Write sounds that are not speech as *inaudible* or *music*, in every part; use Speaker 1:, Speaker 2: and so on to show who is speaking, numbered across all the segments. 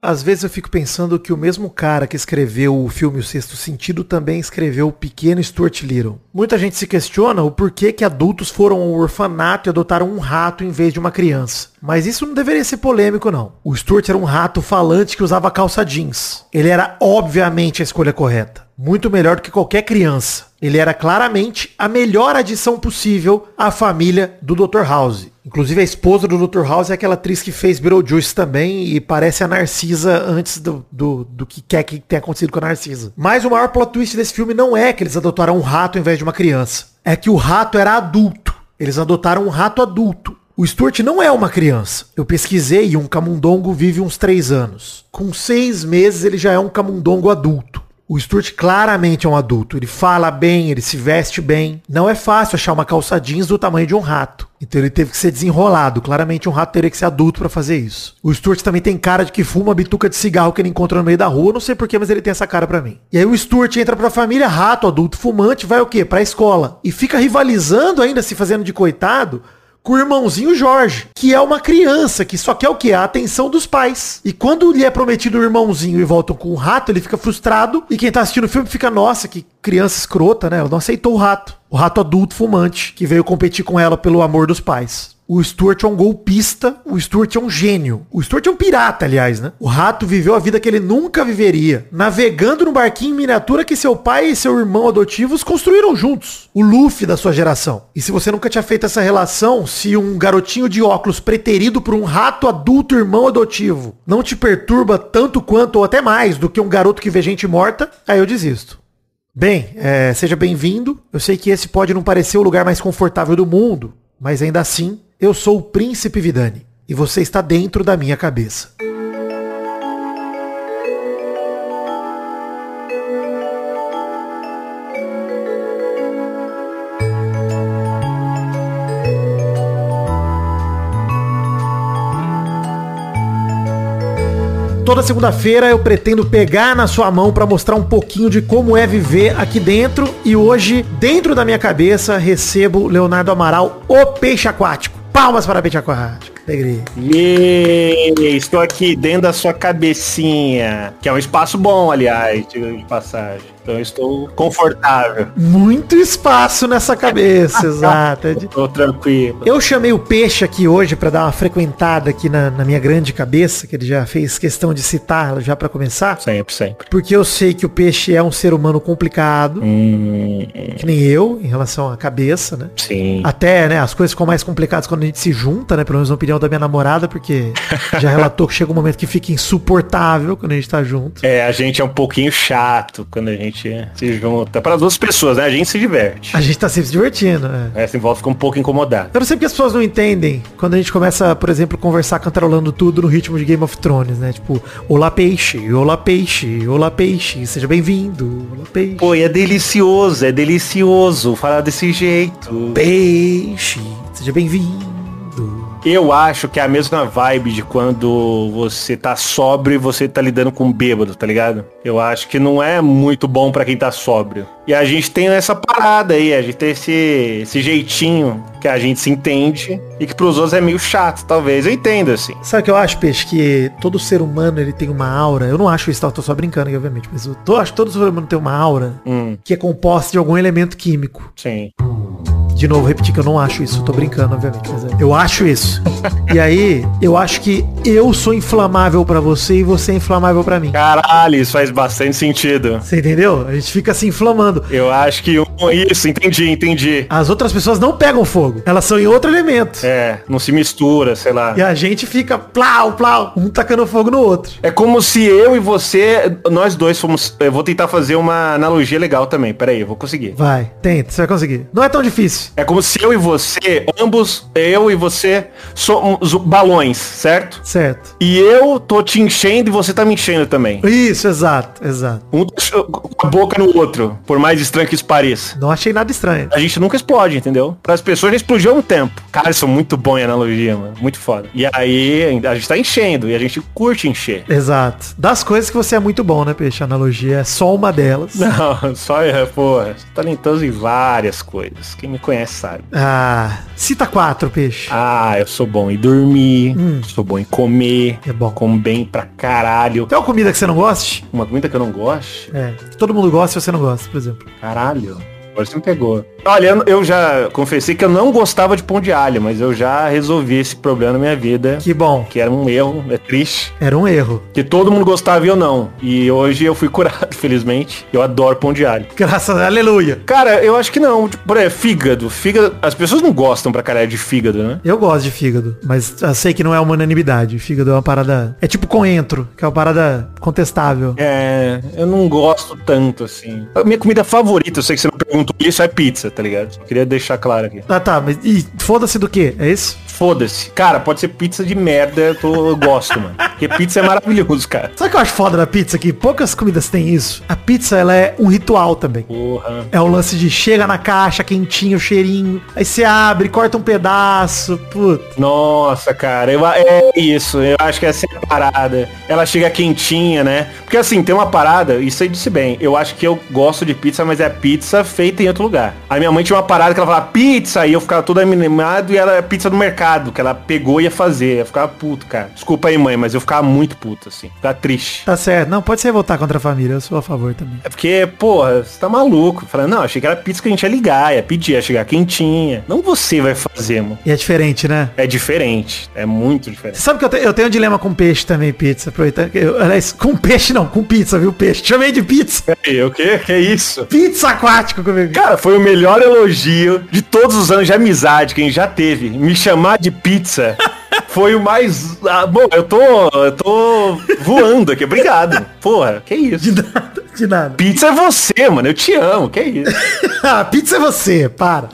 Speaker 1: Às vezes eu fico pensando que o mesmo cara que escreveu o filme O Sexto Sentido também escreveu o Pequeno Stuart Little. Muita gente se questiona o porquê que adultos foram ao orfanato e adotaram um rato em vez de uma criança. Mas isso não deveria ser polêmico, não. O Stuart era um rato falante que usava calça jeans. Ele era obviamente a escolha correta. Muito melhor do que qualquer criança. Ele era claramente a melhor adição possível à família do Dr. House. Inclusive a esposa do Dr. House é aquela atriz que fez Beetlejuice também e parece a Narcisa antes do, do, do que quer que tenha acontecido com a Narcisa. Mas o maior plot twist desse filme não é que eles adotaram um rato ao invés de uma criança. É que o rato era adulto. Eles adotaram um rato adulto. O Stuart não é uma criança. Eu pesquisei e um camundongo vive uns 3 anos. Com 6 meses ele já é um camundongo adulto. O Stuart claramente é um adulto. Ele fala bem, ele se veste bem. Não é fácil achar uma calça jeans do tamanho de um rato. Então ele teve que ser desenrolado. Claramente um rato teria que ser adulto pra fazer isso. O Stuart também tem cara de que fuma bituca de cigarro que ele encontra no meio da rua. Não sei porquê, mas ele tem essa cara pra mim. E aí o Stuart entra pra família, rato, adulto, fumante, vai o quê? Pra escola. E fica rivalizando ainda, se fazendo de coitado, com o irmãozinho Jorge, que é uma criança que só quer o quê? A atenção dos pais. E quando lhe é prometido o irmãozinho e voltam com o rato, ele fica frustrado. E quem tá assistindo o filme fica, nossa, que criança escrota, né? Ela não aceitou o rato. O rato adulto fumante, que veio competir com ela pelo amor dos pais. O Stuart é um golpista, o Stuart é um gênio. O Stuart é um pirata, aliás, né? O rato viveu a vida que ele nunca viveria, navegando no barquinho em miniatura que seu pai e seu irmão adotivos construíram juntos. O Luffy da sua geração. E se você nunca tinha feito essa relação, se um garotinho de óculos preterido por um rato adulto irmão adotivo não te perturba tanto quanto ou até mais do que um garoto que vê gente morta, aí eu desisto. Bem, é, seja bem-vindo. Eu sei que esse pode não parecer o lugar mais confortável do mundo, mas ainda assim, eu sou o Príncipe Vidani e você está dentro da minha cabeça. Toda segunda-feira eu pretendo pegar na sua mão para mostrar um pouquinho de como é viver aqui dentro. E hoje, dentro da minha cabeça, recebo Leonardo Amaral, o peixe aquático. Palmas para o peixe aquático. Alegria.
Speaker 2: Yey, estou aqui dentro da sua cabecinha, que é um espaço bom, aliás, diga de passagem. Então eu estou confortável.
Speaker 1: Muito espaço nessa cabeça, *laughs* exato. É de-
Speaker 2: Estou tranquilo.
Speaker 1: Eu chamei o peixe aqui hoje pra dar uma frequentada aqui na, na minha grande cabeça, que ele já fez questão de citar já pra começar.
Speaker 2: Sempre, sempre.
Speaker 1: Porque eu sei que o peixe é um ser humano complicado,
Speaker 2: Hum,
Speaker 1: que nem eu, em relação à cabeça, né?
Speaker 2: sim.
Speaker 1: Até, né, as coisas ficam mais complicadas quando a gente se junta, né? Pelo menos na opinião da minha namorada, porque já relatou que chega um momento que fica insuportável quando a gente tá junto.
Speaker 2: É, a gente é um pouquinho chato quando a gente se junta. Para as duas pessoas, né? A gente se diverte.
Speaker 1: A gente tá sempre se divertindo, né?
Speaker 2: Essa envolve fica um pouco incomodado.
Speaker 1: Eu não sei porque as pessoas não entendem quando a gente começa, por exemplo, conversar cantarolando tudo no ritmo de Game of Thrones, né? Tipo, olá peixe, olá peixe, olá peixe, seja bem-vindo, olá peixe.
Speaker 2: Pô, e é delicioso, é delicioso falar desse jeito.
Speaker 1: Peixe, seja bem-vindo.
Speaker 2: Eu acho que é a mesma vibe de quando você tá sóbrio e você tá lidando com um bêbado, tá ligado? Eu acho que não é muito bom pra quem tá sóbrio. E a gente tem essa parada aí, a gente tem esse, esse jeitinho que a gente se entende e que pros outros é meio chato, talvez. Eu entendo, assim.
Speaker 1: Sabe o que eu acho, Peixe? Que todo ser humano ele tem uma aura. Eu não acho isso, tá? Eu tô só brincando aqui, obviamente. Mas eu tô- acho que todo ser humano tem uma aura
Speaker 2: Hum,
Speaker 1: que é composta de algum elemento químico.
Speaker 2: sim.
Speaker 1: De novo, repetir que eu não acho isso. Eu tô brincando, obviamente. Mas é, eu acho isso. e aí, eu acho que eu sou inflamável pra você e você é inflamável pra mim.
Speaker 2: Caralho, isso faz bastante sentido.
Speaker 1: Você entendeu? A gente fica se inflamando.
Speaker 2: Eu acho que um, isso, entendi, entendi.
Speaker 1: As outras pessoas não pegam fogo. Elas são em outro elemento.
Speaker 2: É, não se mistura, sei lá.
Speaker 1: E a gente fica plau, plau, um tacando fogo no outro.
Speaker 2: É como se eu e você, nós dois fomos. Eu vou tentar fazer uma analogia legal também. Peraí, eu vou conseguir.
Speaker 1: Vai, tenta, você vai conseguir. Não é tão difícil.
Speaker 2: É como se eu e você, ambos, eu e você, somos balões, certo?
Speaker 1: Certo.
Speaker 2: E eu tô te enchendo e você tá me enchendo também.
Speaker 1: Isso, exato, exato.
Speaker 2: Um tá cho- com a boca no outro, por mais estranho que isso pareça. mas
Speaker 1: Não achei nada estranho.
Speaker 2: a gente nunca explode, entendeu? Para as pessoas já explodiu há um tempo. Cara, isso é muito bom em analogia, mano. Muito foda. E aí a gente tá enchendo e a gente curte encher.
Speaker 1: Exato. Das coisas que você é muito bom, né, Peixe? A analogia é só uma delas.
Speaker 2: *laughs* Não, só eu, porra. Sou talentoso em várias coisas. Quem me conhece sabe.
Speaker 1: Ah, cita quatro, Peixe.
Speaker 2: Ah, eu sou bom em dormir, sou bom em comer,
Speaker 1: É bom.
Speaker 2: como bem pra caralho.
Speaker 1: Tem uma comida que você não goste?
Speaker 2: Uma comida que eu não gosto?
Speaker 1: É. que Todo mundo gosta e você não gosta, por exemplo.
Speaker 2: Caralho. Agora você me pegou. Olha, eu- eu já confessei que eu não gostava de pão de alho, mas eu já resolvi esse problema na minha vida.
Speaker 1: Que bom.
Speaker 2: Que era um erro, é triste.
Speaker 1: Era um erro. *laughs*
Speaker 2: Que todo mundo gostava e eu não. E hoje eu fui curado, *laughs* felizmente. Eu adoro pão de alho.
Speaker 1: Graças a aleluia.
Speaker 2: Cara, eu acho que não. Tipo, Por exemplo, fígado. Fígado. As pessoas não gostam pra caralho de fígado, né?
Speaker 1: Eu gosto de fígado, mas eu sei que não é uma unanimidade. Fígado é uma parada. É tipo coentro, que é uma parada contestável.
Speaker 2: É, eu não gosto tanto, assim. A minha comida favorita, eu sei que você não perguntou isso, é pizza, tá ligado? Só queria deixar claro aqui.
Speaker 1: Ah tá, mas. E foda-se do quê? É isso?
Speaker 2: Foda-se. Cara, pode ser pizza de merda, eu, tô- eu gosto, mano. Porque pizza é maravilhoso, cara.
Speaker 1: Sabe o que eu acho foda da pizza? Que poucas comidas têm isso. A pizza, ela é um ritual também.
Speaker 2: Porra.
Speaker 1: É o lance de chega na caixa, quentinho, cheirinho. Aí você abre, corta um pedaço. Puta.
Speaker 2: Nossa, cara, eu, é isso. Eu acho que essa é a parada. Ela chega quentinha, né? Porque assim, tem uma parada, isso aí disse bem. Eu acho que eu gosto de pizza, mas é pizza feita em outro lugar. A minha mãe tinha uma parada que ela falava pizza, e eu ficava todo animado e ela é pizza do mercado, que ela pegou e ia fazer. Eu ficava puto, cara. Desculpa aí, mãe, mas eu ficava muito puto, assim. Ficava triste.
Speaker 1: Tá certo. Não, pode ser voltar contra a família. Eu sou a favor também.
Speaker 2: É porque, porra, você tá maluco. Falando, não, achei que era pizza que a gente ia ligar, ia pedir, ia chegar quentinha. Não você vai fazer, mano.
Speaker 1: E é diferente, né?
Speaker 2: É diferente. É muito diferente.
Speaker 1: Você sabe que eu, te- eu tenho um dilema com peixe também, pizza. Aproveitando. que Eu, aliás, com peixe não, com pizza, viu, peixe? Chamei de pizza.
Speaker 2: Peraí, o que? Que isso?
Speaker 1: Pizza aquático comigo. *laughs*
Speaker 2: Cara, foi o melhor elogio de todos os anos de amizade que a gente já teve. Me chamar de pizza *laughs* foi o mais. Ah, bom, eu tô. Eu tô voando aqui. Obrigado. Porra, que isso?
Speaker 1: De nada, de nada.
Speaker 2: Pizza é você, mano. Eu te amo. Que isso? *laughs*
Speaker 1: Ah, pizza é você, para.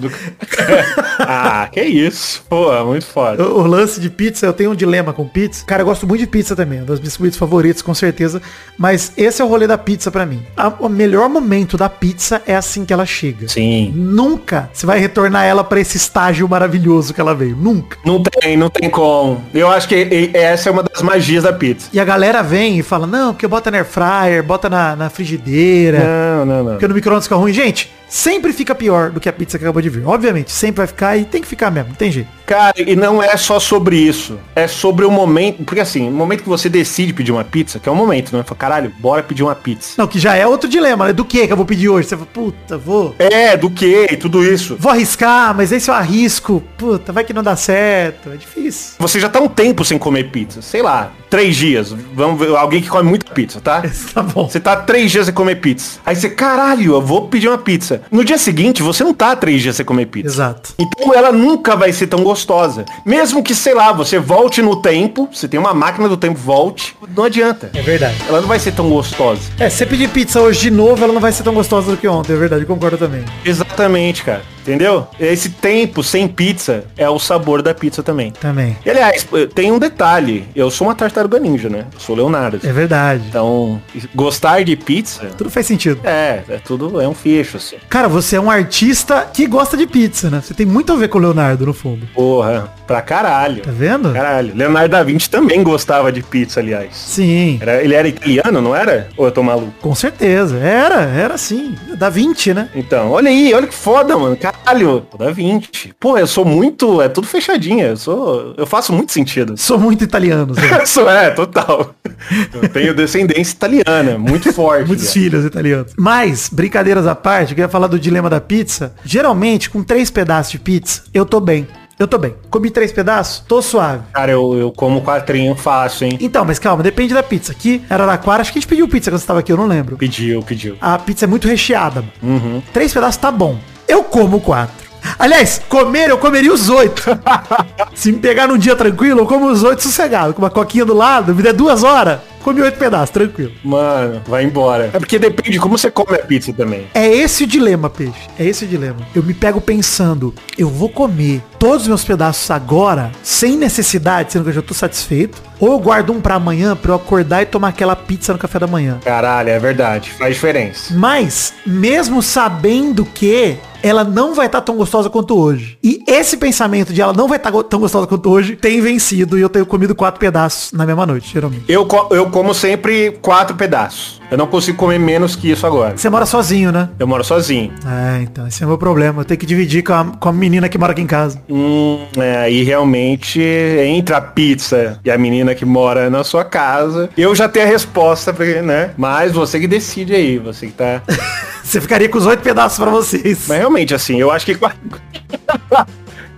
Speaker 2: ah, que isso? Porra, muito
Speaker 1: O,
Speaker 2: foda.
Speaker 1: o lance de pizza, eu tenho um dilema com pizza. Cara, eu gosto muito de pizza também, é um dos meus biscoitos favoritos, com certeza. Mas esse é o rolê da pizza pra mim. A- o melhor momento da pizza é assim que ela chega.
Speaker 2: Sim.
Speaker 1: Nunca você vai retornar ela pra esse estágio maravilhoso que ela veio. Nunca.
Speaker 2: Não tem, não tem como. Eu acho que e- essa é uma das magias da pizza.
Speaker 1: E a galera vem e fala, não, porque bota na air fryer, bota na, na frigideira.
Speaker 2: Não, não, não.
Speaker 1: Porque no micro-ondas fica ruim. Gente, sempre fica pior do que a pizza que acabou de vir. Obviamente, sempre vai ficar e tem que ficar mesmo, não tem jeito.
Speaker 2: Cara, e não é só sobre isso. É sobre o momento. Porque assim, o momento que você decide pedir uma pizza, que é o momento, né? Fala, caralho, bora pedir uma pizza.
Speaker 1: Não, que já é outro dilema, né? Do que que eu vou pedir hoje? Você fala, puta, vou...
Speaker 2: É, do que e tudo isso.
Speaker 1: Vou arriscar, mas aí se eu arrisco, puta, vai que não dá certo, é difícil. *laughs*
Speaker 2: Você já tá um tempo sem comer pizza. Sei lá, três dias. Vamos ver, alguém que come muita pizza, tá?
Speaker 1: Tá bom.
Speaker 2: Você tá três dias sem comer pizza. Aí você, caralho, eu vou pedir uma pizza. No dia seguinte, você não tá três dias sem comer pizza.
Speaker 1: Exato.
Speaker 2: Então ela nunca vai ser tão gostosa. Mesmo que, sei lá, você volte no tempo, você tem uma máquina do tempo, volte, não adianta.
Speaker 1: É verdade.
Speaker 2: Ela não vai ser tão gostosa.
Speaker 1: É, se você pedir pizza hoje de novo, ela não vai ser tão gostosa do que ontem, é verdade, eu concordo também.
Speaker 2: Exatamente, cara. Entendeu? Esse tempo sem pizza é o sabor da pizza também.
Speaker 1: Também.
Speaker 2: E, aliás, tem um detalhe. Eu sou uma tartaruga ninja, né? Eu sou Leonardo.
Speaker 1: É verdade.
Speaker 2: Então, gostar de pizza...
Speaker 1: Tudo faz sentido.
Speaker 2: É, é tudo, é um fecho, assim.
Speaker 1: Cara, você é um artista que gosta de pizza, né? Você tem muito a ver com o Leonardo, no fundo.
Speaker 2: Porra, pra caralho.
Speaker 1: Tá vendo?
Speaker 2: Caralho. Leonardo da Vinci também gostava de pizza, aliás.
Speaker 1: Sim.
Speaker 2: Era, ele era italiano, não era? Ou eu tô maluco?
Speaker 1: Com certeza. Era, era sim. Da 20, né?
Speaker 2: Então, olha aí, olha que foda, mano. Caralho, da Vinci. Pô, eu sou muito, é tudo fechadinha. Eu sou, eu faço muito sentido.
Speaker 1: Sou muito italiano, Zé.
Speaker 2: *laughs* Isso é, total. Eu tenho descendência italiana, muito forte.
Speaker 1: Muitos
Speaker 2: né?
Speaker 1: filhos italianos. Mas, brincadeiras à parte, eu queria falar do dilema da pizza. Geralmente, com três pedaços de pizza, eu tô bem. Eu tô bem. Comi três pedaços, tô suave.
Speaker 2: Cara, eu, eu como quatrinho fácil, hein?
Speaker 1: Então, mas calma, depende da pizza. Aqui, Araraquara, acho que a gente pediu pizza quando você tava aqui, eu não lembro.
Speaker 2: Pediu, pediu.
Speaker 1: A pizza é muito recheada. mano. Três pedaços tá bom. Eu como quatro. Aliás, comer, eu comeria os oito. *laughs* Se me pegar num dia tranquilo, eu como os oito sossegado. Com uma coquinha do lado, me der duas horas, comi oito pedaços, tranquilo.
Speaker 2: Mano, vai embora. É porque depende de como você come a pizza também.
Speaker 1: É esse o dilema, peixe. É esse o dilema. Eu me pego pensando, eu vou comer todos os meus pedaços agora, sem necessidade, sendo que eu já tô satisfeito. Ou eu guardo um pra amanhã pra eu acordar e tomar aquela pizza no café da manhã.
Speaker 2: Caralho, é verdade. Faz diferença.
Speaker 1: Mas, mesmo sabendo que ela não vai estar tão gostosa quanto hoje. E esse pensamento de ela não vai estar go- tão gostosa quanto hoje tem vencido e eu tenho comido quatro pedaços na mesma noite, geralmente.
Speaker 2: Eu, co- eu como sempre quatro pedaços. Eu não consigo comer menos que isso agora.
Speaker 1: Você mora sozinho, né?
Speaker 2: Eu moro sozinho.
Speaker 1: É, então, esse é o meu problema. Eu tenho que dividir com a, com a menina que mora aqui em casa. *laughs*
Speaker 2: Hum, é, e realmente entra a pizza e a menina que mora na sua casa. Eu já tenho a resposta, pra- né? Mas você que decide aí, você que tá.
Speaker 1: Você ficaria com os oito pedaços pra vocês.
Speaker 2: Mas realmente, assim, eu acho que. *laughs*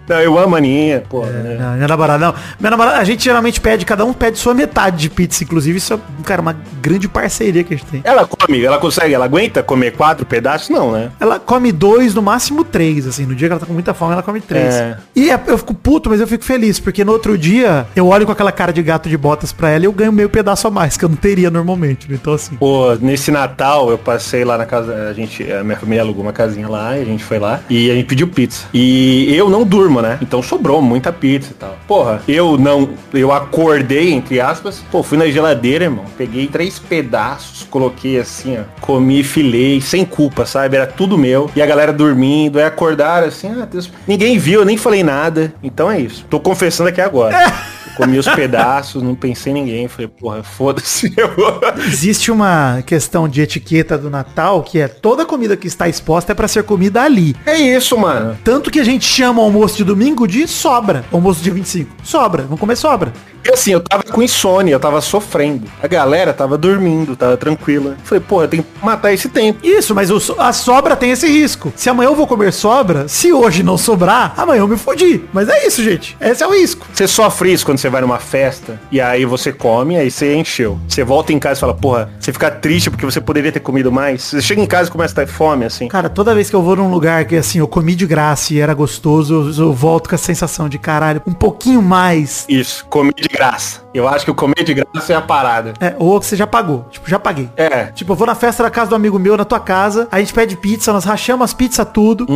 Speaker 2: Não, eu amo a Aninha, pô. né?
Speaker 1: Não, minha namorada não. Minha namorada, a gente geralmente pede, cada um pede sua metade de pizza, inclusive. Isso é, cara, uma grande parceria que a gente tem.
Speaker 2: Ela come, ela consegue, ela aguenta comer quatro pedaços? Não, né?
Speaker 1: Ela come dois, no máximo três, assim. No dia que ela tá com muita fome, ela come três.
Speaker 2: É.
Speaker 1: E é- eu fico puto, mas eu fico feliz, porque no outro dia eu olho com aquela cara de gato de botas pra ela e eu ganho meio pedaço a mais, que eu não teria normalmente. né? Então, assim.
Speaker 2: Pô, nesse Natal eu passei lá na casa, a gente, a minha família alugou uma casinha lá, e a gente foi lá e a gente pediu pizza. E eu não durmo, né? Então sobrou muita pizza e tal. Porra, eu não, eu acordei entre aspas. Pô, fui na geladeira, irmão, peguei três pedaços, coloquei assim, ó, comi, filei, sem culpa, sabe? Era tudo meu. E a galera dormindo, aí acordaram assim, ah, Deus. ninguém viu, eu nem falei nada. Então é isso. Tô confessando aqui agora. Eu Comi os pedaços, não pensei em ninguém. Falei, porra, foda-se. *laughs* Eu...
Speaker 1: Existe uma questão de etiqueta do Natal, que é toda comida que está exposta é pra ser comida ali.
Speaker 2: É isso, mano.
Speaker 1: Tanto que a gente chama o almoço de domingo de sobra. Almoço de 25. Sobra. Vamos comer sobra.
Speaker 2: E assim, eu tava com insônia, eu tava sofrendo. A galera tava dormindo, tava tranquila. Falei, pô, eu tenho que matar esse tempo.
Speaker 1: Isso, mas o so- a sobra tem esse risco. Se amanhã eu vou comer sobra, se hoje não sobrar, amanhã eu me fodi. Mas é isso, gente. Esse é o risco.
Speaker 2: Você sofre isso quando você vai numa festa e aí você come, aí você encheu. Você volta em casa e fala, porra, você fica triste porque você poderia ter comido mais. Você chega em casa e começa a ter fome, assim.
Speaker 1: Cara, toda vez que eu vou num lugar que assim, eu comi de graça e era gostoso, eu, eu volto com a sensação de caralho, um pouquinho mais.
Speaker 2: Isso, comer de graça. Eu acho que o comer de graça é a parada.
Speaker 1: É, ou que você já pagou. Tipo, já paguei.
Speaker 2: É.
Speaker 1: Tipo, eu vou na festa da casa do amigo meu, na tua casa, a gente pede pizza, nós rachamos as pizzas tudo.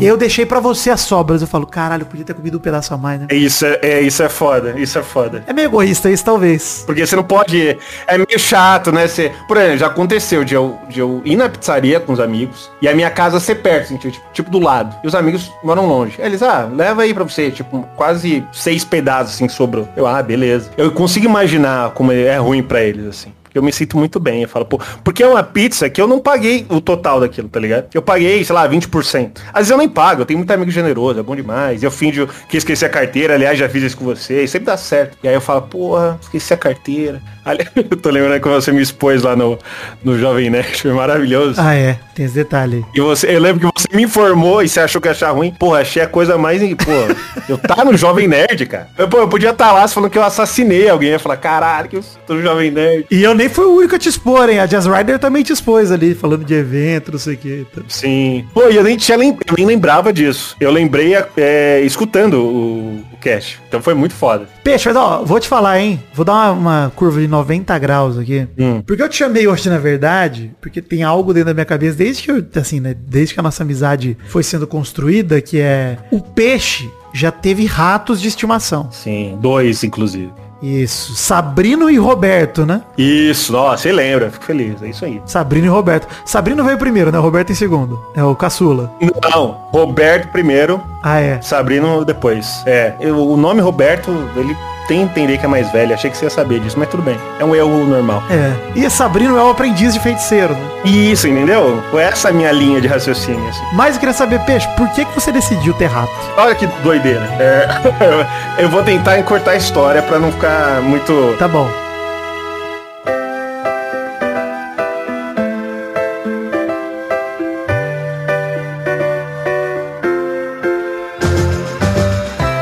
Speaker 1: E eu deixei pra você as sobras. Eu falo, caralho, eu podia ter comido um pedaço a mais, né?
Speaker 2: É Isso é, é- isso é foda, isso é foda.
Speaker 1: É meio egoísta isso, talvez.
Speaker 2: Porque você não pode. É meio chato, né? Você, por exemplo, já aconteceu de eu, de eu ir na pizzaria com os amigos e a minha casa ser perto, assim, tipo, tipo do lado. E os amigos moram longe. Aí Eles, ah, leva aí pra você, tipo, quase seis pedaços assim que sobrou. Eu, ah, beleza. Eu consigo imaginar como é ruim pra eles, assim. Eu me sinto muito bem, eu falo, pô, porque é uma pizza que eu não paguei o total daquilo, tá ligado? Eu paguei, sei lá, 20%. Às vezes eu nem pago, eu tenho muito amigo generoso, é bom demais. Eu finjo que esqueci a carteira, aliás, já fiz isso com você, e sempre dá certo. E aí eu falo, porra, esqueci a carteira. *laughs* Aliás, eu tô lembrando que você me expôs lá no, no Jovem Nerd, foi maravilhoso.
Speaker 1: Ah, é. Tem esse detalhe.
Speaker 2: E você, eu lembro que você me informou e você achou que ia achar ruim. Porra, achei a coisa mais. Porra, eu tá no Jovem Nerd, cara. Eu, pô, eu podia estar lá, você falando que eu assassinei alguém. Eu ia falar, caralho, que eu tô no Jovem Nerd.
Speaker 1: E eu nem fui o único a te expor, hein? A Jazz Rider também te expôs ali, falando de evento, não sei o que.
Speaker 2: Sim. Pô, e eu nem, tinha lem- eu nem lembrava disso. Eu lembrei é, escutando o, o cast. Então foi muito foda.
Speaker 1: Peixe, mas ó, vou te falar, hein? Vou dar uma, uma curva de 90 graus aqui.
Speaker 2: Hum.
Speaker 1: Porque eu te chamei hoje, na verdade, porque tem algo dentro da minha cabeça, desde que eu, assim, né? Desde que a nossa amizade foi sendo construída, que é o peixe já teve ratos de estimação.
Speaker 2: Sim. Dois, inclusive.
Speaker 1: Isso. Sabrino e Roberto, né?
Speaker 2: Isso, nossa, você lembra. Fico feliz, é isso aí.
Speaker 1: Sabrino e Roberto. Sabrino veio primeiro, né? O Roberto em segundo. É o caçula.
Speaker 2: Não, Roberto primeiro,
Speaker 1: Ah, é.
Speaker 2: Sabrino depois. É, eu- o nome Roberto, ele tem que entender que é mais velho. Achei que você ia saber disso, mas tudo bem. É um erro normal.
Speaker 1: É. E Sabrino é o aprendiz de feiticeiro, né?
Speaker 2: Isso, entendeu? Foi essa a minha linha de raciocínio, assim.
Speaker 1: Mas eu queria saber, Peixe, por que, que você decidiu ter rato?
Speaker 2: Olha que doideira. É, *laughs* eu vou tentar encurtar a história pra não ficar muito
Speaker 1: Tá bom.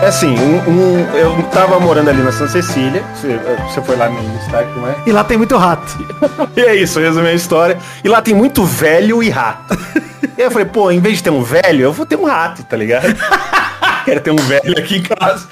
Speaker 2: É assim, um, um- eu tava morando ali na Santa Cecília, você, eh, você foi lá me listar
Speaker 1: *laughs*
Speaker 2: aqui, não é?
Speaker 1: E lá tem muito rato.
Speaker 2: E é isso, resumiu a história. E lá tem muito velho e rato. E aí eu falei, pô, em vez de ter um velho, eu vou ter um rato, tá ligado? Quero ter um velho aqui em casa.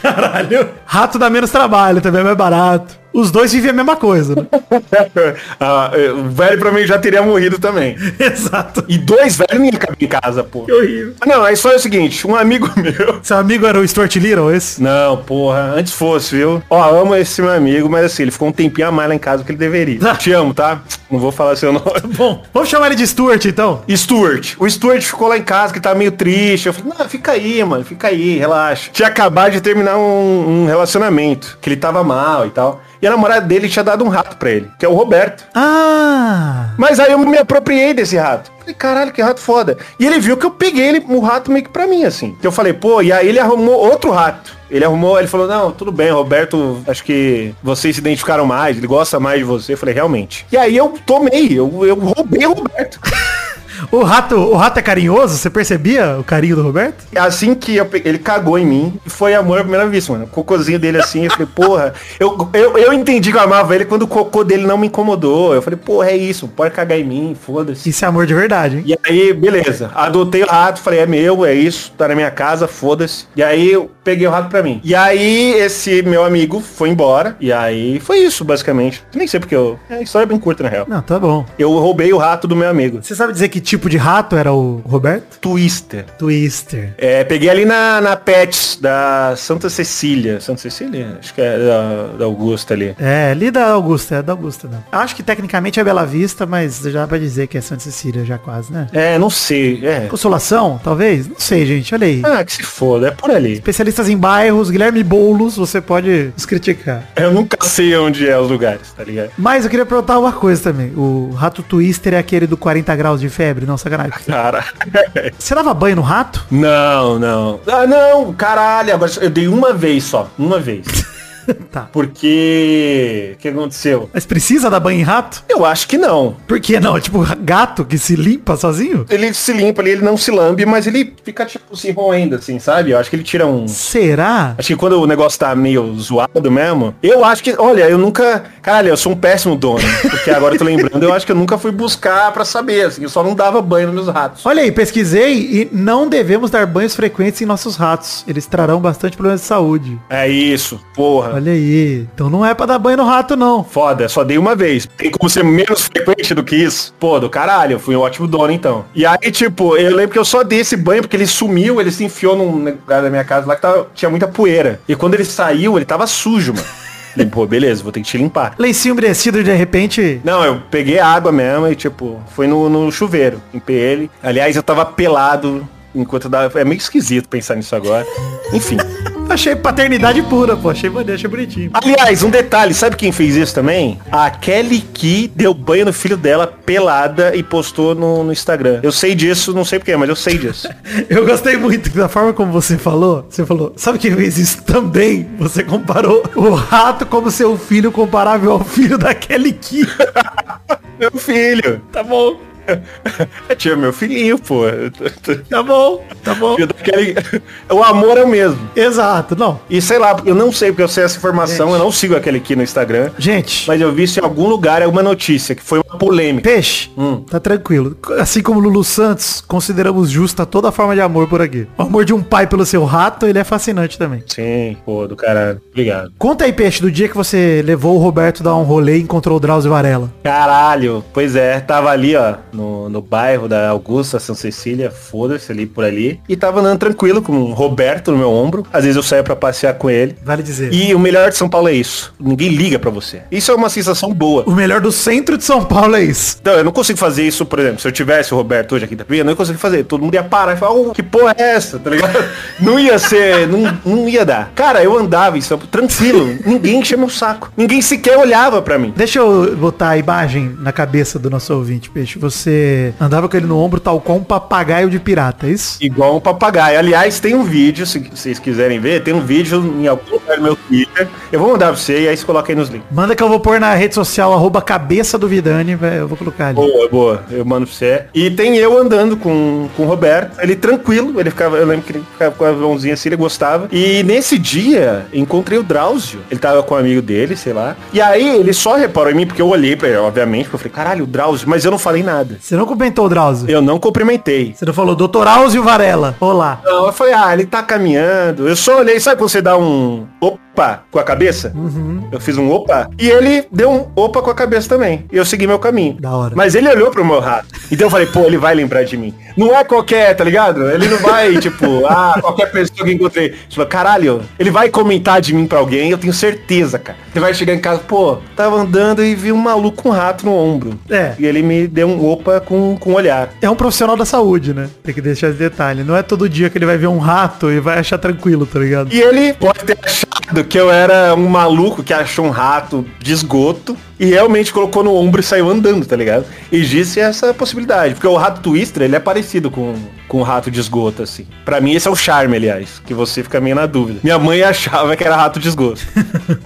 Speaker 1: Caralho. Rato dá menos trabalho, também é mais barato. Os dois vivem a mesma coisa, né?
Speaker 2: *laughs* Ah, eh, o velho pra mim já teria morrido também.
Speaker 1: Exato.
Speaker 2: E dois velhos não ia caber em casa, pô.
Speaker 1: horrível.
Speaker 2: Não, a história é o seguinte, um amigo *laughs* meu.
Speaker 1: Seu amigo era o Stuart Little, esse?
Speaker 2: Não, porra, antes fosse, viu? Ó, amo esse meu amigo, mas assim, ele ficou um tempinho a mais lá em casa do que ele deveria. Te amo, tá? Não vou falar seu nome.
Speaker 1: Bom, vamos chamar ele de Stuart, então.
Speaker 2: Stuart. O Stuart ficou lá em casa, que tá meio triste. Eu falei, não, fica aí, mano, fica aí, relaxa. Tinha acabado de terminar um, um relacionamento, que ele tava mal e tal. E a namorada dele tinha dado um rato pra ele, que é o Roberto.
Speaker 1: Ah!
Speaker 2: Mas aí eu me apropriei desse rato. Falei, caralho, que rato foda. E ele viu que eu peguei ele, o rato meio que pra mim, assim. Então eu falei, pô, e aí ele arrumou outro rato. Ele arrumou, ele falou, não, tudo bem, Roberto, acho que vocês se identificaram mais, ele gosta mais de você. Eu falei, realmente. E aí eu tomei, eu, eu roubei o Roberto.
Speaker 1: O rato, o rato é carinhoso? Você percebia o carinho do Roberto?
Speaker 2: Assim que eu pe- ele cagou em mim, e foi amor à primeira vista, mano. O cocôzinho dele assim, eu falei, *laughs* porra. Eu, eu, eu entendi que eu amava ele quando o cocô dele não me incomodou. Eu falei, porra, é isso, pode cagar em mim, foda-se.
Speaker 1: Isso é amor de verdade, hein?
Speaker 2: E aí, beleza. Adotei o rato, falei, é meu, é isso, tá na minha casa, foda-se. E aí eu peguei o rato pra mim. E aí esse meu amigo foi embora. E aí foi isso, basicamente. Nem sei porque eu. É, A história é bem curta, na real.
Speaker 1: Não, tá bom.
Speaker 2: Eu roubei o rato do meu amigo.
Speaker 1: Você sabe dizer que tipo de rato era o Roberto?
Speaker 2: Twister.
Speaker 1: Twister.
Speaker 2: É, peguei ali na, na Pets da Santa Cecília. Santa Cecília? Acho que é da, da Augusta ali.
Speaker 1: É, ali da Augusta, é da Augusta, né? Acho que tecnicamente é Bela Vista, mas já dá pra dizer que é Santa Cecília já quase, né?
Speaker 2: É, não sei. É.
Speaker 1: Consolação, talvez? Não sei, gente, olha aí.
Speaker 2: Ah, que se foda, é por ali.
Speaker 1: Especialistas em bairros, Guilherme Boulos, você pode nos criticar.
Speaker 2: Eu nunca sei onde é os lugares, tá ligado?
Speaker 1: Mas eu queria perguntar uma coisa também. O rato twister é aquele do 40 graus de febre? Não, sacanagem.
Speaker 2: Cara. *laughs*
Speaker 1: Você dava banho no rato? *laughs*
Speaker 2: Não, não. Ah, não, caralho. Agora eu dei uma vez só. Uma vez.
Speaker 1: tá.
Speaker 2: Porque. O que aconteceu?
Speaker 1: Mas precisa dar banho em rato?
Speaker 2: Eu acho que não.
Speaker 1: Por que não? Tipo, gato que se limpa sozinho?
Speaker 2: Ele se limpa ali, ele não se lambe, mas ele fica, tipo, se roendo, assim, sabe? Eu acho que ele tira um.
Speaker 1: Será?
Speaker 2: Acho que quando o negócio tá meio zoado mesmo, eu acho que. Olha, eu nunca. Caralho, eu sou um péssimo dono. Porque agora eu tô lembrando, eu acho que eu nunca fui buscar pra saber, assim. Eu só não dava banho nos meus ratos.
Speaker 1: Olha aí, pesquisei e não devemos dar banhos frequentes em nossos ratos. Eles trarão bastante problemas de saúde.
Speaker 2: É isso, porra.
Speaker 1: Olha aí. Então não é pra dar banho no rato, não.
Speaker 2: Foda, só dei uma vez. Tem como ser menos frequente do que isso? Pô, do caralho, eu fui um ótimo dono então. E aí, tipo, eu lembro que eu só dei esse banho porque ele sumiu, ele se enfiou num lugar da minha casa lá que tava- tinha muita poeira. E quando ele saiu, ele tava sujo, mano. Falei, pô, beleza, vou ter que te limpar.
Speaker 1: Lencinho umedecido de repente.
Speaker 2: Não, eu peguei água mesmo e, tipo, foi no, no chuveiro. Limpei ele. Aliás, eu tava pelado enquanto eu dava. É meio esquisito pensar nisso agora. Enfim.
Speaker 1: Achei paternidade pura, pô. Achei maneiro, achei bonitinho.
Speaker 2: Aliás, um detalhe, sabe quem fez isso também? A Kelly Key deu banho no filho dela pelada e postou no, no Instagram. Eu sei disso, não sei porquê, mas eu sei disso.
Speaker 1: *laughs* Eu gostei muito da forma como você falou. Você falou, sabe quem fez isso também? Você comparou *laughs* o rato como seu filho comparável ao filho da Kelly Key.
Speaker 2: *laughs* meu filho.
Speaker 1: *laughs*
Speaker 2: *laughs*
Speaker 1: Tá bom,
Speaker 2: É tio, meu filhinho, *laughs* pô.
Speaker 1: tá bom, tá bom.
Speaker 2: Filho da Kelly- O amor é o mesmo.
Speaker 1: Exato, não.
Speaker 2: E sei lá, eu não sei porque eu sei essa informação, eu não sigo a Kelly Key no Instagram.
Speaker 1: Gente,
Speaker 2: Mas eu vi isso em algum lugar, é uma notícia, que foi uma polêmica.
Speaker 1: peixe, tá tranquilo. Assim como Lulu Santos, consideramos justa toda forma de amor por aqui. O amor de um pai pelo seu rato, ele é fascinante também.
Speaker 2: Sim, pô, do caralho. Obrigado.
Speaker 1: Conta aí, peixe, do dia que você levou o Roberto dar um rolê e encontrou o Drauzio Varela.
Speaker 2: Caralho, pois é, tava ali, ó, no, no bairro da Augusta, São Cecília, foda-se ali por ali. E tava andando tranquilo com o Roberto no meu ombro. Às vezes eu saía pra passear com ele.
Speaker 1: Vale dizer.
Speaker 2: E o melhor de São Paulo é isso. Ninguém liga pra você. Isso é uma sensação boa.
Speaker 1: O melhor do centro de São Paulo é isso.
Speaker 2: Então, eu não consigo fazer isso, por exemplo, se eu tivesse o Roberto hoje aqui da Pia, eu não ia conseguir fazer. Todo mundo ia parar e falar, "Ô, que porra é essa? Tá ligado? *laughs* Não ia ser, não, não ia dar. Cara, eu andava em São Paulo, tranquilo, ninguém enchia meu saco. Ninguém sequer olhava pra mim.
Speaker 1: Deixa eu botar a imagem na cabeça do nosso ouvinte, Peixe. Você andava com ele no ombro tal qual um papagaio de pirata, é isso?
Speaker 2: Igual um papagaio. Aliás, tem um vídeo, se vocês quiserem ver, tem um vídeo em algum lugar do meu Twitter. Eu vou mandar pra você e aí você coloca aí nos links.
Speaker 1: Manda que eu vou pôr na rede social, arroba cabeça do Vidani, vai- eu vou colocar ali.
Speaker 2: Boa, boa. Eu mando pra você. E tem eu andando com, com o Roberto. Ele tranquilo, ele ficava, eu lembro que ele ficava com a mãozinha assim, ele gostava. E nesse dia, encontrei o Drauzio. Ele tava com um amigo dele, sei lá. E aí ele só reparou em mim, porque eu olhei pra ele, obviamente, porque eu falei, caralho, o Drauzio, mas eu não falei nada.
Speaker 1: Você não comentou, Drauzio?
Speaker 2: Eu não cumprimentei.
Speaker 1: Você não falou, doutor Áuzio Varela, olá.
Speaker 2: Não, eu falei, ah, ele tá caminhando. Eu só olhei, sabe quando você dá um. Opa, opa com a cabeça.
Speaker 1: Uhum.
Speaker 2: Eu fiz um opa. E ele deu um opa com a cabeça também. E eu segui meu caminho.
Speaker 1: Da hora.
Speaker 2: Mas ele olhou pro meu rato. Então eu falei, pô, ele vai lembrar de mim. Não é qualquer, tá ligado? Ele
Speaker 1: *laughs*
Speaker 2: não vai, tipo, ah, qualquer pessoa que encontrei. Ele falou, caralho, ele vai comentar de mim pra alguém, eu tenho certeza, cara. Você vai chegar em casa, pô, tava andando e vi um maluco com um rato no ombro.
Speaker 1: É.
Speaker 2: E ele me deu um opa com, com um olhar.
Speaker 1: É um profissional da saúde, né? Tem que deixar esse detalhe. Não é todo dia que ele vai ver um rato e vai achar tranquilo, tá ligado?
Speaker 2: E ele pode ter achado que eu era um maluco que achou um rato de esgoto e realmente colocou no ombro e saiu andando, tá ligado? Existe essa possibilidade, porque o rato twister, ele é parecido com, com o rato de esgoto, assim. Pra mim esse é o charme, aliás, que você fica meio na dúvida. Minha mãe achava que era rato de esgoto.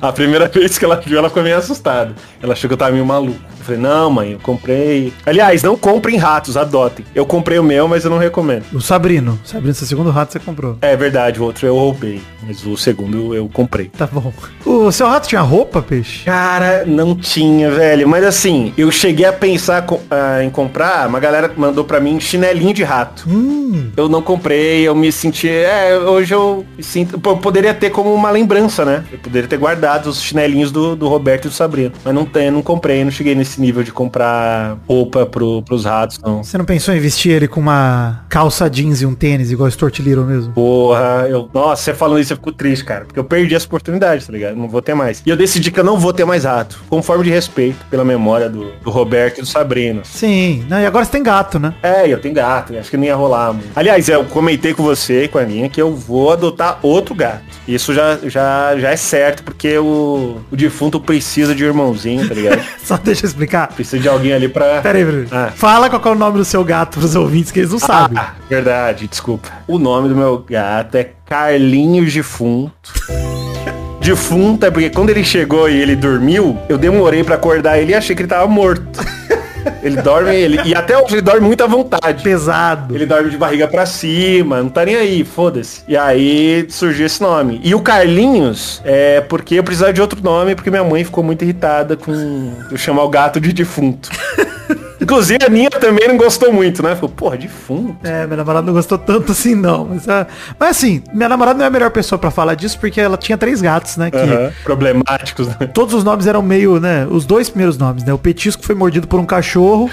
Speaker 2: A primeira vez que ela viu, ela ficou meio assustada. Ela achou que eu tava meio maluco. Eu falei, não, mãe, eu comprei... Aliás, não comprem ratos, adotem. Eu comprei o meu, mas eu não recomendo.
Speaker 1: O Sabrino. Sabrino, seu segundo rato você comprou.
Speaker 2: É verdade, o outro eu roubei, mas o segundo eu comprei.
Speaker 1: Tá bom. O seu rato tinha roupa, peixe?
Speaker 2: Cara, não tinha, velho. Mas assim, eu cheguei a pensar co- ah, em comprar, uma galera mandou pra mim chinelinho de rato.
Speaker 1: Hum.
Speaker 2: Eu não comprei, eu me senti. É, hoje eu me sinto. pô, eu poderia ter como uma lembrança, né? Eu poderia ter guardado os chinelinhos do, do Roberto e do Sabrina. Mas não tem, não comprei, não cheguei nesse nível de comprar roupa pro, pros ratos, não.
Speaker 1: Você não pensou em vestir ele com uma calça jeans e um tênis, igual Stuart Little mesmo?
Speaker 2: Porra, eu. Nossa, você falando isso, eu fico triste, cara. Porque eu perdi essa oportunidade, tá ligado? Não vou ter mais. E eu decidi que eu não vou ter mais rato. Conforme de respeito pela memória do, do Roberto e do Sabrina.
Speaker 1: Sim. Não, e agora você tem gato, né? *laughs*
Speaker 2: É, eu tenho gato, eu acho que não ia rolar. Mano. Aliás, eu comentei com você, e com a minha, que eu vou adotar outro gato. Isso já, já, já é certo, porque o, o defunto precisa de um irmãozinho, tá ligado? *laughs*
Speaker 1: Só deixa eu explicar.
Speaker 2: Precisa de alguém ali pra.
Speaker 1: Pera aí, Bruno.
Speaker 2: Ah.
Speaker 1: Fala qual que é o nome do seu gato pros ouvintes que eles não
Speaker 2: *laughs*
Speaker 1: sabem.
Speaker 2: Ah, verdade, desculpa. O nome do meu gato é Carlinhos Defunto. *laughs* Defunto é porque quando ele chegou e ele dormiu, eu demorei pra acordar ele e achei que ele tava morto. *laughs* Ele dorme, ele, e até hoje ele dorme muito à vontade.
Speaker 1: Pesado.
Speaker 2: Ele dorme de barriga pra cima, não tá nem aí, foda-se. E aí surgiu esse nome. E o Carlinhos é porque eu precisava de outro nome, porque minha mãe ficou muito irritada com eu chamar o gato de defunto. *laughs* Inclusive a minha também não gostou muito, né? Falou, porra, defunto.
Speaker 1: É, minha namorada não gostou tanto assim, não. Mas, ah, mas assim, minha namorada não é a melhor pessoa pra falar disso, porque ela tinha três gatos, né? Que
Speaker 2: Aham. Problemáticos, né? *laughs*
Speaker 1: todos os nomes eram meio, né? Os dois primeiros nomes, né? O Petisco foi mordido por um
Speaker 2: *laughs*
Speaker 1: cachorro,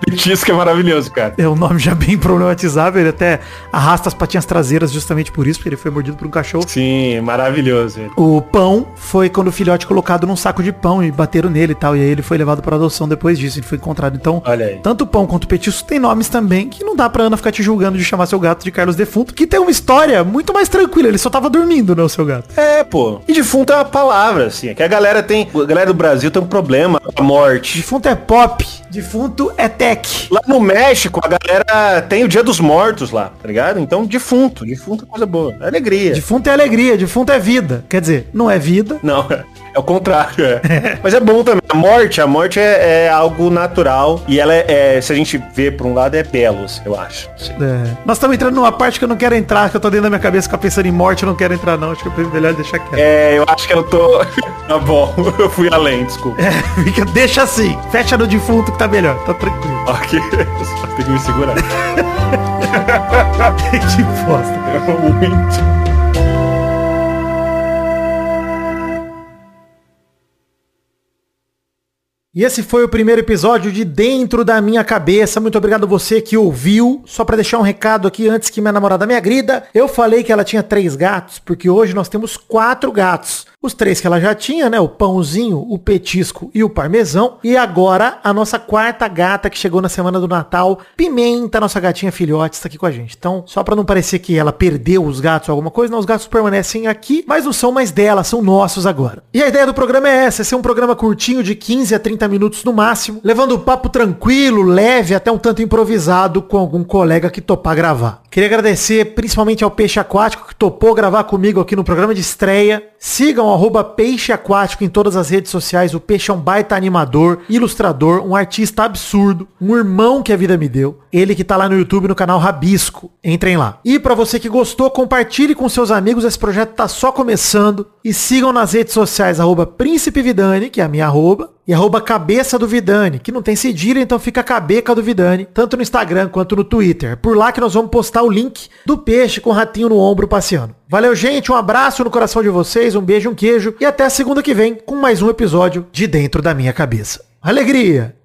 Speaker 2: Petisco é maravilhoso, cara.
Speaker 1: é um nome já bem problematizável, ele até arrasta as patinhas traseiras justamente por isso, porque ele foi mordido por um cachorro.
Speaker 2: Sim, é maravilhoso. ele.
Speaker 1: O pão foi quando o filhote colocado num saco de pão e bateram nele e tal. E aí ele foi levado para adoção depois disso, ele foi encontrado. Então,
Speaker 2: Olha aí.
Speaker 1: tanto o pão quanto o petisco tem nomes também que não dá pra Ana ficar te julgando de chamar seu gato de Carlos Defunto, que tem uma história muito mais tranquila. Ele só tava dormindo, né, o seu gato.
Speaker 2: É, pô. E defunto é uma palavra, assim. É que a galera tem. A galera do Brasil tem um problema com a morte.
Speaker 1: Defunto é pop, defunto é tech.
Speaker 2: Lá no México, a galera tem o Dia dos Mortos lá, tá ligado? Então, defunto. Defunto é coisa boa. É alegria.
Speaker 1: Defunto é alegria, defunto é vida. Quer dizer, não é vida.
Speaker 2: Não, *laughs* é o contrário, é. *laughs* Mas é bom também. A morte, a morte é, é algo natural. E ela é, é- se a gente vê por um lado, é belo, assim, eu acho. Sim.
Speaker 1: É. Nós estamos entrando numa parte que eu não quero entrar, que eu tô dentro da minha cabeça, ficar pensando em morte, eu não quero entrar não. Acho que eu prefiro melhor deixar quieto. *laughs*
Speaker 2: É, eu acho que eu tô... *laughs* tá bom, eu fui além, desculpa.
Speaker 1: É, fica, deixa assim. Fecha no defunto que tá melhor, tá tranquilo.
Speaker 2: Ok, *laughs* só tem que me segurar. *laughs* É
Speaker 1: de bosta.
Speaker 2: Muito.
Speaker 1: E esse foi o primeiro episódio de Dentro da Minha Cabeça. Muito obrigado a você que ouviu. Só pra deixar um recado aqui antes que minha namorada me agrida, eu falei que ela tinha três gatos, porque hoje nós temos quatro gatos. Os três que ela já tinha, né? O pãozinho, o petisco e o parmesão. E agora a nossa quarta gata que chegou na semana do Natal, Pimenta, nossa gatinha filhote, está aqui com a gente. Então, só pra não parecer que ela perdeu os gatos ou alguma coisa, não, os gatos permanecem aqui, mas não são mais dela, são nossos agora. E a ideia do programa é essa, é ser um programa curtinho de 15 a 30 minutos no máximo, levando o papo tranquilo, leve, até um tanto improvisado com algum colega que topar gravar. Queria agradecer principalmente ao Peixe Aquático que topou gravar comigo aqui no programa de estreia. Sigam arroba Peixe Aquático em todas as redes sociais. O Peixe é um baita animador, ilustrador, um artista absurdo, um irmão que a vida me deu. Ele que tá lá no YouTube no canal Rabisco. Entrem lá. E pra você que gostou, compartilhe com seus amigos. Esse projeto tá só começando. E sigam nas redes sociais arroba Príncipe Vidani, que é a minha arroba, E arroba cabeça do Vidani, que não tem cedilha, então fica cabeca do Vidani, tanto no Instagram quanto no Twitter. É por lá que nós vamos postar o link do peixe com o ratinho no ombro passeando. Valeu, gente. Um abraço no coração de vocês, um beijo, um queijo. E até segunda que vem com mais um episódio de Dentro da Minha Cabeça. Alegria!